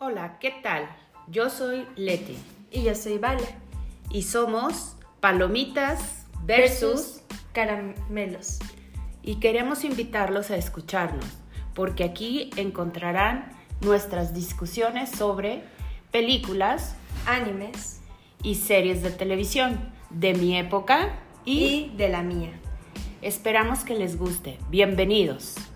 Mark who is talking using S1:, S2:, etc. S1: Hola, ¿qué tal? Yo soy Leti
S2: Y yo soy Vale.
S1: y somos Palomitas versus
S2: caramelos.
S1: y queremos invitarlos a escucharnos porque aquí encontrarán nuestras discusiones sobre películas
S2: Animes.
S1: y series de televisión de mi época y
S2: de la mía.
S1: esperamos que les guste. Bienvenidos.